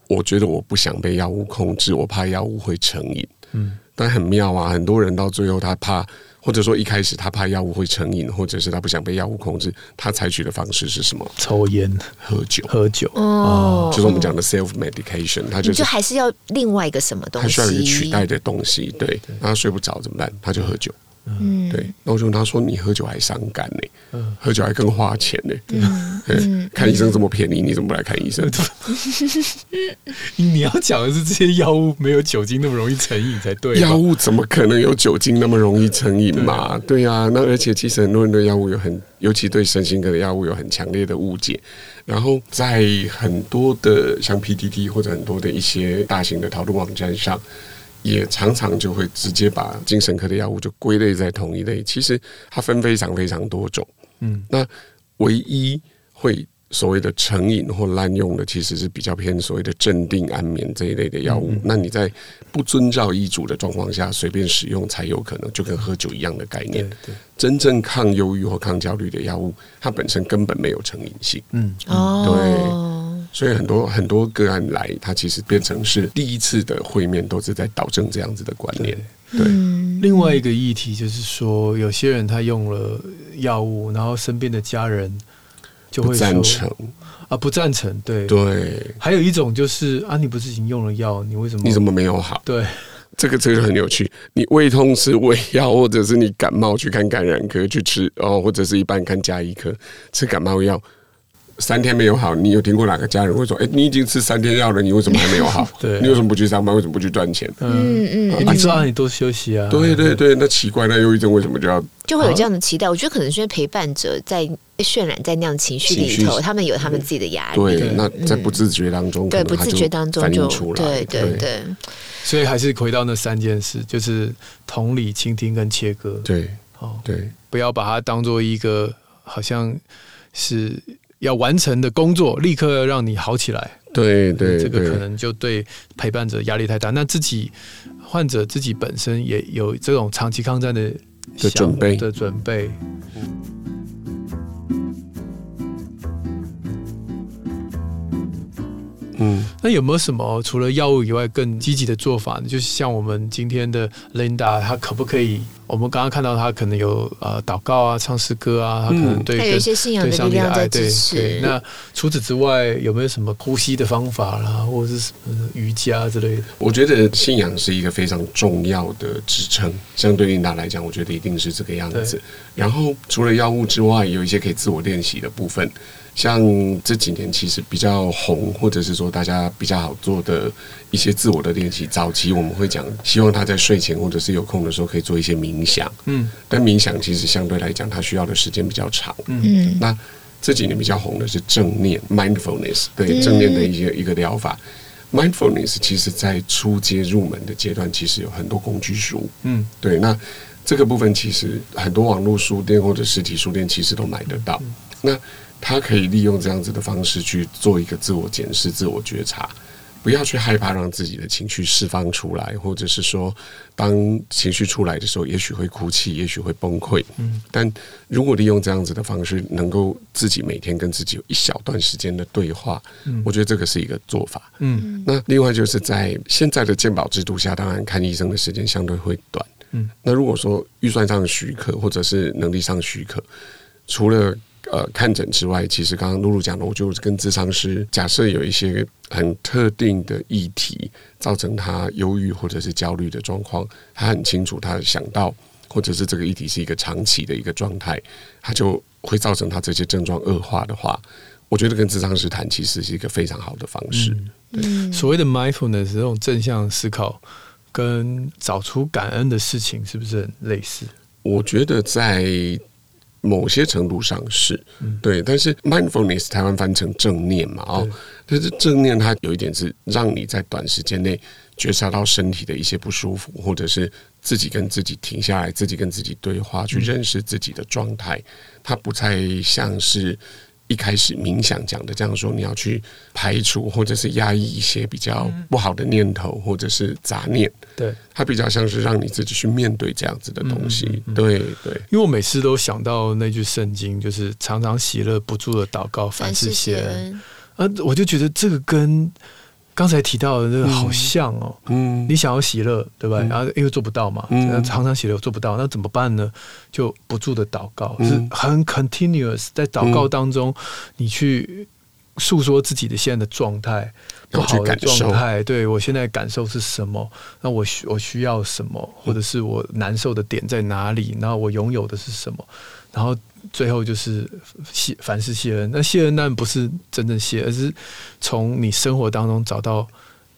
我觉得我不想被药物控制，我怕药物会成瘾。”嗯，但很妙啊，很多人到最后他怕，或者说一开始他怕药物会成瘾，或者是他不想被药物控制，他采取的方式是什么？抽烟、喝酒，喝酒，哦，就是我们讲的 self medication，他你就是就还是要另外一个什么东他西，需要一个取代的东西，对，那他睡不着怎么办？他就喝酒，嗯，对。那我就问他说：“你喝酒还伤感呢、嗯喝酒还更花钱呢、嗯嗯， 看医生这么便宜，你怎么不来看 医生？你要讲的是这些药物没有酒精那么容易成瘾才对吧。药物怎么可能有酒精那么容易成瘾嘛？对啊，那而且其实很多人对药物有很，尤其对身心科的药物有很强烈的误解。然后在很多的像 PTT 或者很多的一些大型的讨论网站上，也常常就会直接把精神科的药物就归类在同一类。其实它分非常非常多种。嗯，那唯一会所谓的成瘾或滥用的，其实是比较偏所谓的镇定、安眠这一类的药物。嗯那你在不遵照医嘱的状况下随便使用，才有可能就跟喝酒一样的概对念。对，真正抗忧郁或抗焦虑的药物，它本身根本没有成瘾性，嗯，哦，所以很多很多个案来，它其实变成是第一次的会面都是在导正这样子的观念。对，嗯，另外一个议题就是说，有些人他用了药物，然后身边的家人就不会说赞成。啊，不赞成，对。对，还有一种就是啊，你不是已经用了药，你为什么？你怎么没有好？对这个这个就很有趣。你胃痛吃胃药，或者是你感冒去看感染科去吃哦，或者是一般看加医科吃感冒药，三天没有好，你有听过哪个家人会说：“哎，你已经吃三天药了，你为什么还没有好？ 对你为什么不去上班？为什么不去赚钱？”嗯，嗯一嗯，定说啊，你多休息啊。对对对，那奇怪，那忧郁症为什么就要就会有这样的期待。我觉得可能是因为陪伴者在渲染在那样的情绪里情绪头，他们有他们自己的压力。对？那在不自觉当中，嗯对，可能不它自就觉当中反就映出来，对对对，所以还是回到那三件事，就是同理、倾听跟切割。对哦，对不要把它当做一个好像是要完成的工作，立刻让你好起来。嗯对对，这个对可能就对陪伴者压力太大。那自己患者自己本身也有这种长期抗战的的想准备的准备。嗯。那有没有什么除了药物以外更积极的做法呢？就是像我们今天的 Linda，她可不可以我们刚刚看到他可能有呃祷告啊、唱诗歌啊，他可能对他有一些信仰的对上力帝量爱，在支对对。持。那除此之外，有没有什么呼吸的方法啦，或者是什么瑜伽之类的？我觉得信仰是一个非常重要的支撑，相对应达来讲，我觉得一定是这个样子对。然后除了药物之外，有一些可以自我练习的部分，像这几年其实比较红，或者是说大家比较好做的一些自我的练习。早期我们会讲，希望他在睡前或者是有空的时候可以做一些冥想，嗯但冥想其实相对来讲，它需要的时间比较长。嗯嗯那这几年比较红的是正念 （mindfulness），对正念的一些一个疗法。mindfulness 其实在初阶入门的阶段，其实有很多工具书。嗯对，那这个部分其实很多网络书店或者实体书店其实都买得到。嗯那他可以利用这样子的方式去做一个自我检视、自我觉察，不要去害怕让自己的情绪释放出来，或者是说，当情绪出来的时候，也许会哭泣，也许会崩溃。嗯，但如果利用这样子的方式，能够自己每天跟自己有一小段时间的对话，嗯我觉得这个是一个做法。嗯那另外就是在现在的健保制度下，当然看医生的时间相对会短。嗯，那如果说预算上许可，或者是能力上许可，除了呃看诊之外，其实刚刚露露讲的，我就跟咨商师，假设有一些很特定的议题，造成他忧郁或者是焦虑的状况，他很清楚，他想到或者是这个议题是一个长期的一个状态，他就会造成他这些症状恶化的话，我觉得跟咨商师谈其实是一个非常好的方式。嗯嗯所谓的 mindfulness 这种正向思考，跟找出感恩的事情是不是很类似？我觉得在某些程度上是、嗯对，但是 mindfulness 台湾翻成正念嘛，哦，但是正念它有一点是让你在短时间内觉察到身体的一些不舒服，或者是自己跟自己停下来，自己跟自己对话，去认识自己的状态，它不再像是。一开始冥想讲的这样说，你要去排除或者是压抑一些比较不好的念头或者是杂念，对，它比较像是让你自己去面对这样子的东西。嗯嗯嗯对对，因为我每次都想到那句圣经，就是常常喜乐，不住的祷告，凡事谢恩。恩，呃，我就觉得这个跟刚才提到的那个好像哦。嗯你想要喜乐，对吧？然后又做不到嘛，嗯那常常喜乐又做不到，那怎么办呢？就不住的祷告，嗯是很 continuous，在祷告当中，你去诉说自己的现在的状态，不然后去好的感受状态，对我现在感受是什么？那我需我需要什么，或者是我难受的点在哪里？然后我拥有的是什么？然后最后就是谢，凡事谢恩。那谢恩当然不是真正谢，而是从你生活当中找到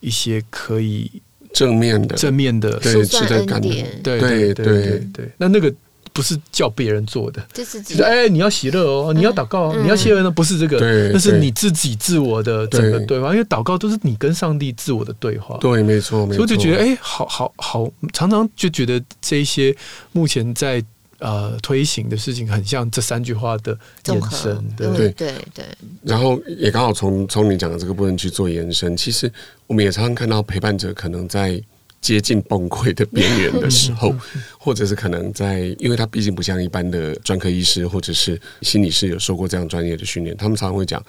一些可以正面的，正面的，对速算值得感恩恩典，对对对对对对对。那那个不是叫别人做的，这是自就己嗯是哎，你要喜乐哦，你要祷告哦，嗯你要谢恩哦，不是这个，对那是对你自己自我的整个对对话，因为祷告都是你跟上帝自我的对话。对，没错，没所以我错，就觉得，哎、好好好，常常就觉得这一些目前在呃推行的事情，很像这三句话的综延合伸，，对对不对对对对，然后也刚好从从你讲的这个部分去做延伸。其实我们也常常看到陪伴者可能在接近崩溃的边缘的时嗯候，或者是可能在，因为他毕竟不像一般的专科医师或者是心理师有受过这样专业的训练，他们常常会讲，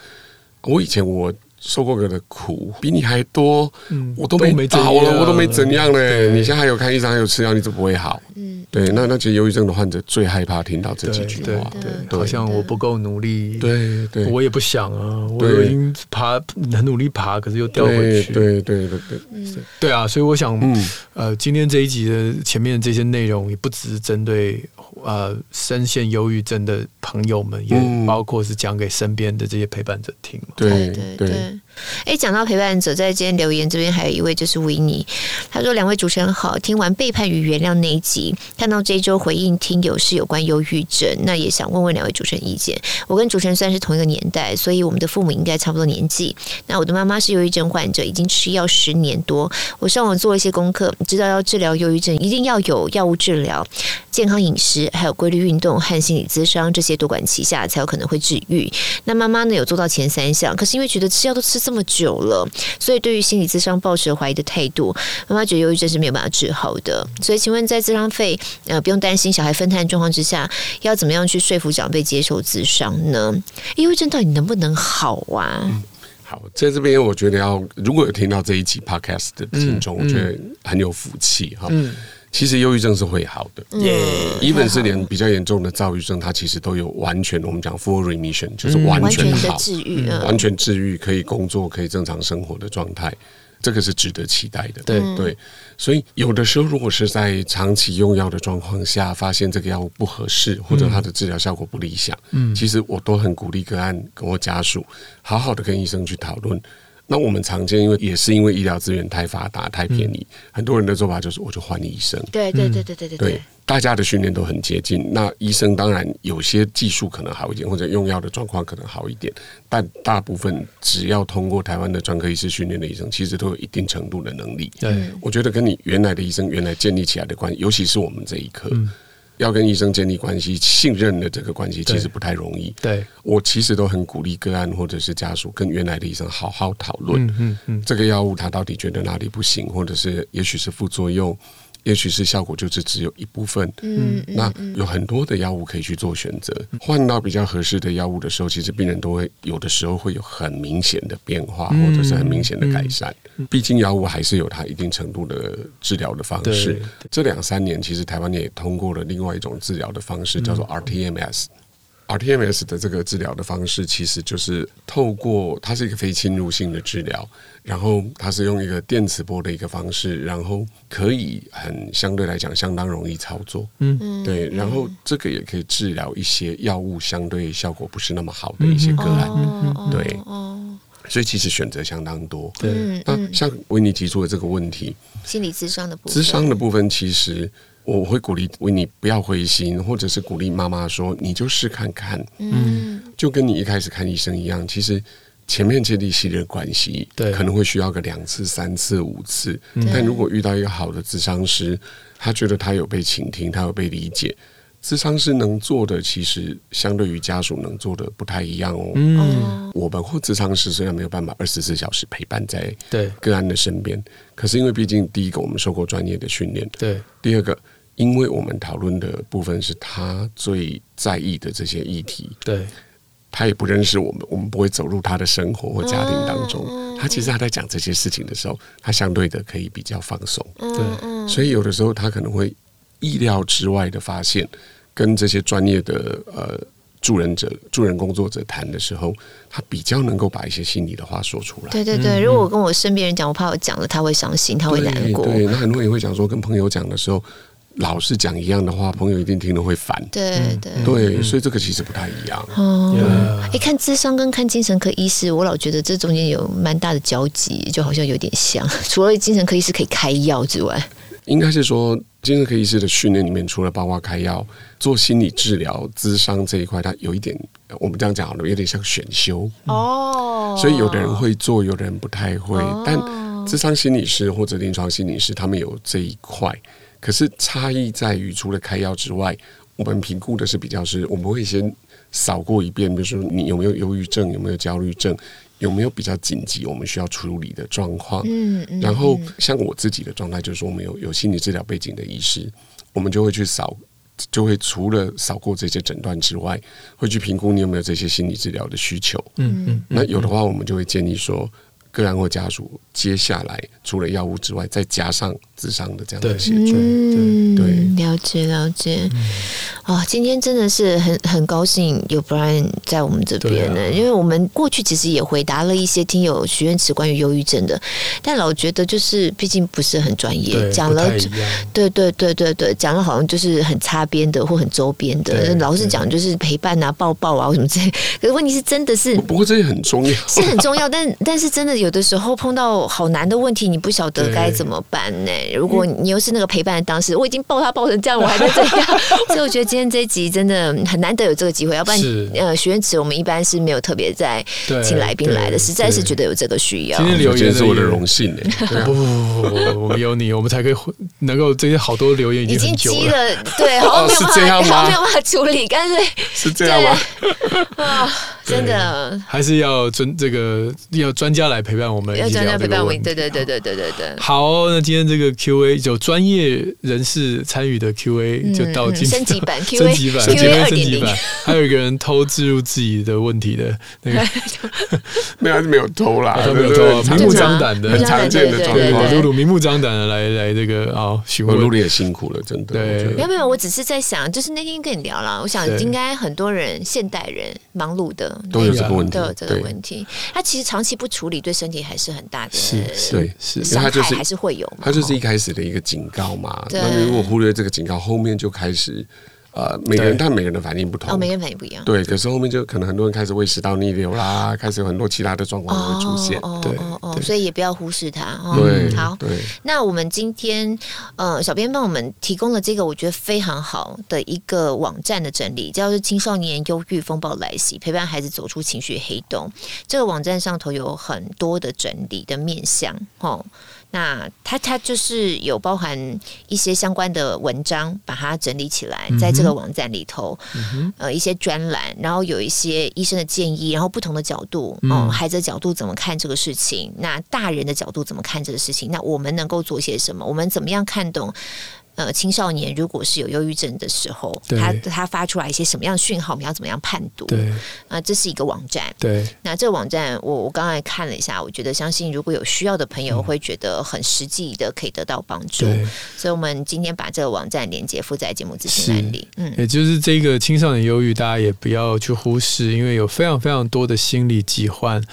我以前我。受过的苦比你还多，嗯我都都没没怎好了，我都没样怎样嘞。对你现在还有看医生，还有吃药，你怎么不会好？嗯，对，那那其实忧郁症的患者最害怕听到这对几句对话。对，对好像我不够努力，对对，我也不想啊，我对已经爬很努力爬，可是又掉回对去，对对对对，对啊，所以我想，嗯呃，今天这一集的前面这些内容，也不只是针对呃深陷忧郁症的朋友们，也嗯包括是讲给身边的这些陪伴者听嘛。对对对对。哎，讲到陪伴者，在今天留言这边还有一位就是维尼，他说：“两位主持人好，听完《背叛与原谅》那一集，看到这一周回应听友是有关忧郁症，那也想问问两位主持人意见。我跟主持人算是同一个年代，所以我们的父母应该差不多年纪。那我的妈妈是忧郁症患者，已经吃药十年多。我上网做了一些功课，知道要治疗忧郁症，一定要有药物治疗、健康饮食，还有规律运动和心理咨商这些多管齐下，才有可能会治愈。那妈妈呢有做到前三项，可是因为觉得吃药都吃这么久了，所以对于心理咨商抱持怀疑的态度。妈妈觉得忧郁症是没有办法治好的，所以请问在咨商费呃不用担心小孩分摊的状况之下，要怎么样去说服长辈接受咨商呢？忧郁症到底能不能好啊？好，在这边我觉得要，如果有听到这一集 podcast 的听众，嗯我觉得很有福气哈。嗯其实忧郁症是会好的。耶、一本是连比较严重的躁郁症，它其实都有完全我们讲 full remission，就是完完全全的好、治愈，嗯完全治愈，可以工作，可以正常生活的状态，这个是值得期待的。对对，所以有的时候如果是在长期用药的状况下，发现这个药物不合适，或者它的治疗效果不理想，嗯其实我都很鼓励个案跟我家属好好的跟医生去讨论。那我们常见，因为也是因为医疗资源太发达、太便宜，很多人的做法就是我就换医生。对对对对对对对对，，大家的训练都很接近。那医生当然有些技术可能好一点，或者用药的状况可能好一点，但大部分只要通过台湾的专科医师训练的医生，其实都有一定程度的能力。对，我觉得跟你原来的医生原来建立起来的关系，尤其是我们这一科，嗯要跟医生建立关系、信任的这个关系，对其实不太容易。对，我其实都很鼓励个案或者是家属跟原来的医生好好讨论。嗯嗯嗯，这个药物它到底觉得哪里不行，或者是也许是副作用，也许是效果就是只有一部分。嗯嗯那有很多的药物可以去做选择，嗯换到比较合适的药物的时候，其实病人都会有的时候会有很明显的变化，嗯或者是很明显的改善。毕竟药物还是有它一定程度的治疗的方对式对。这两三年，其实台湾也通过了另外一种治疗的方嗯式，叫做 RTMS。RTMS 的这个治疗的方式，其实就是透过它是一个非侵入性的治疗，然后它是用一个电磁波的一个方式，然后可以很相对来讲相当容易操作，嗯对，然后这个也可以治疗一些药物相对效果不是那么好的一些个嗯案，哦对哦，所以其实选择相当多。对，嗯那嗯，像维尼提出的这个问题，心理智商的部分，智商的部分，其实我会鼓励维尼不要灰心，或者是鼓励妈妈说，你就试看看，嗯，就跟你一开始看医生一样，其实前面建立信任关系，对可能会需要个两次、三次、五次。嗯但如果遇到一个好的咨商师，他觉得他有被倾听，他有被理解，咨商师能做的，其实相对于家属能做的不太一样哦。嗯，哦，我们或咨商师虽然没有办法二十四小时陪伴在对个案的身边，可是因为毕竟第一个我们受过专业的训练，对第二个。因为我们讨论的部分是他最在意的这些议题，对，他也不认识我们，我们不会走入他的生活或家庭当中。嗯嗯他其实他在讲这些事情的时候，他相对的可以比较放松，嗯对嗯，所以有的时候他可能会意料之外的发现，跟这些专业的呃助人者、助人工作者谈的时候，他比较能够把一些心里的话说出来。对对对，如果我跟我身边人讲，我怕我讲了他会伤心，他会难过，对，那很多人也会讲说，跟朋友讲的时候，老是讲一样的话，朋友一定听了会烦。对嗯对。对，所以这个其实不太一样。哦， Yeah 哎，看智商跟看精神科医师，我老觉得这中间有蛮大的交集，就好像有点像。 除了精神科医师可以开药之外，应该是说，精神科医师的训练里面，除了包括开药、做心理治疗、咨商这一块，它有一点，呃我们这样讲好了，有点像选修，哦所以有的人会做，有的人不太会。但咨商心理师或者临床心理师，他们有这一块，可是差异在于，除了开药之外，我们评估的是比较是，我们会先扫过一遍，比如说你有没有忧郁症，有没有焦虑症，有没有比较紧急我们需要处理的状况。嗯嗯，然后像我自己的状态，就是说我们有有心理治疗背景的医师，我们就会去扫，就会除了扫过这些诊断之外，会去评估你有没有这些心理治疗的需求。嗯嗯，那有的话，我们就会建议说，个案或家属接下来除了药物之外，再加上智商的这样的对嗯协助。嗯，对了解了解。哦，今天真的是很很高兴有 Brian 在我们这边呢，对啊因为我们过去其实也回答了一些听友许愿池关于忧郁症的，但老觉得就是毕竟不是很专业，对，讲不了太一样，对对对对对，讲了好像就是很擦边的或很周边的，对老是对讲就是陪伴啊、抱抱啊或什么之类， 可是问题是真的是不不过这也很重 要，是很重要，但但是真的有的时候碰到好难的问题，你不晓得对该怎么办呢、如果你又是那个陪伴的当事，我已经抱他抱成这样，我还在这 样，所以我觉得今天这一集真的很难得有这个机会，要不然是呃，许愿池我们一般是没有特别在对请来宾来的，对实在是对觉得有这个需要今。天留我觉得言是我的也荣幸哎。对 啊不不不不不，我们有你，我们才可以回能够这些好多留言已经已经很久积了。哦 了，对，好像没有是这办样法，好像吗没有办法处理，干脆是这样吗？啊，真的还是要专这个要专家来陪伴我们，要专家陪伴我们，们。对对对对对对对。好，那今天这个 Q&A 有专业人士参与的 Q&A 就到嗯今升 级版升级版 Q&A ，Q&A 2.0升级版，还有一个人偷置入自己的问题的那 个，没有还是没有偷啦，他没有啊对偷对啊对明目正张常胆的明目张胆很常见的对状对对，对我况露露明目张胆的来来这个啊询我问露露也辛苦了，真的。对我觉得没有没有，我只是在想，就是那天跟你聊了，我想对应该很多人现代人忙碌的都有这个问题都有这个对问题。他其实长期不处理，对身体还是很大的是是对是因为伤它害，就是还是会有嘛。它就是哦一开始的一个警告嘛。对那如果忽略这个警告，后面就开始呃，每个人对但每个人的反应不哦，同每。个人反应不一样。对，可是后面就可能很多人开始胃食道逆流啦，开始有很多其他的状况哦会出现。嗯哦对哦哦，对所以也不要忽视它。哦对，好。对，那我们今天，呃，小编帮我们提供了这个我觉得非常好的一个网站的整理，叫做《青少年忧郁风暴来袭：陪伴孩子走出情绪黑洞》。这个网站上头有很多的整理的面向，哦。那它它就是有包含一些相关的文章，把它整理起嗯来，在这个网站里头，呃，一些专栏，然后有一些医生的建议，然后不同的角度，嗯哦、孩子的角度怎么看这个事情，那大人的角度怎么看这个事情，那我们能够做些什么？我们怎么样看懂？呃，青少年如果是有忧郁症的时候，对他他发出来一些什么样的讯号，我们要怎么样判读？对啊、这是一个网站。对那这个网站我，我刚才看了一下，我觉得相信如果有需要的朋友会觉得很实际的可以得到帮助，嗯对，所以我们今天把这个网站连接附在节目资讯栏里。嗯，也就是这个青少年忧郁，大家也不要去忽视，因为有非常非常多的心理疾患，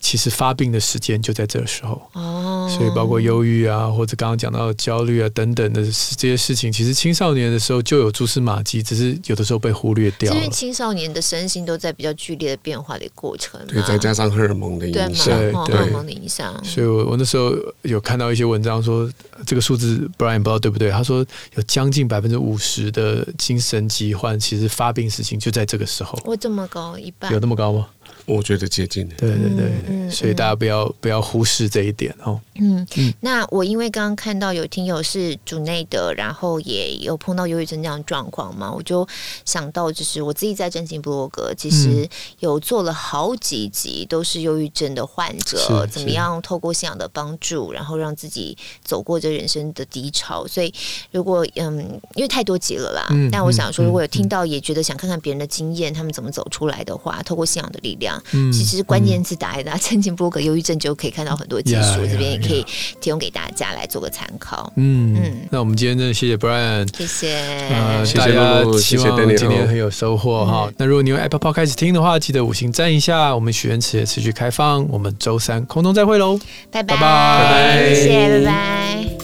其实发病的时间就在这时候。哦，所以包括忧郁啊，或者刚刚讲到的焦虑啊等等的事这些事情，其实青少年的时候就有蛛丝马迹，只是有的时候被忽略掉因了为。青少年的身心都在比较剧烈的变化的过程嘛，对，再加上荷尔蒙的对影响，对嘛，哦，对荷尔蒙的影响，所以我我那时候有看到一些文章说，这个数字 Brian 不知道对不对，他说有将近百分之五十的精神疾患，其实发病时情就在这个时候，我这么高一半有，那么高吗？我觉得接近了。对对对，嗯嗯所以大家不要不要忽视这一点哦。嗯，那我因为刚刚看到有听友是组内的，然后也有碰到忧郁症这样的状况嘛，我就想到就是我自己在真心部落格，其嗯实有做了好几集都是忧郁症的患者，是怎么样透过信仰的帮助，然后让自己走过这人生的低潮。所以如果嗯，因为太多集了啦，嗯但我想说，嗯如果有听到也觉得想看看别人的经验，他们怎么走出来的话，透过信仰的力量，嗯其实关键字打一打“真心部落格忧郁症”就可以看到很多技术 Yeah, 这边也 yeah, 可以提供给大家来做个参考。嗯，嗯那我们今天真的谢谢 Brian。谢呃，嗯谢，谢大家露露希谢谢望 Daniel 今天很有收获哈。那如果你用 Apple Podcast 开始听的话，记得五星赞一下。我们许愿池也持续开放，我们周三空中再会喽。拜拜，拜拜谢谢，拜拜。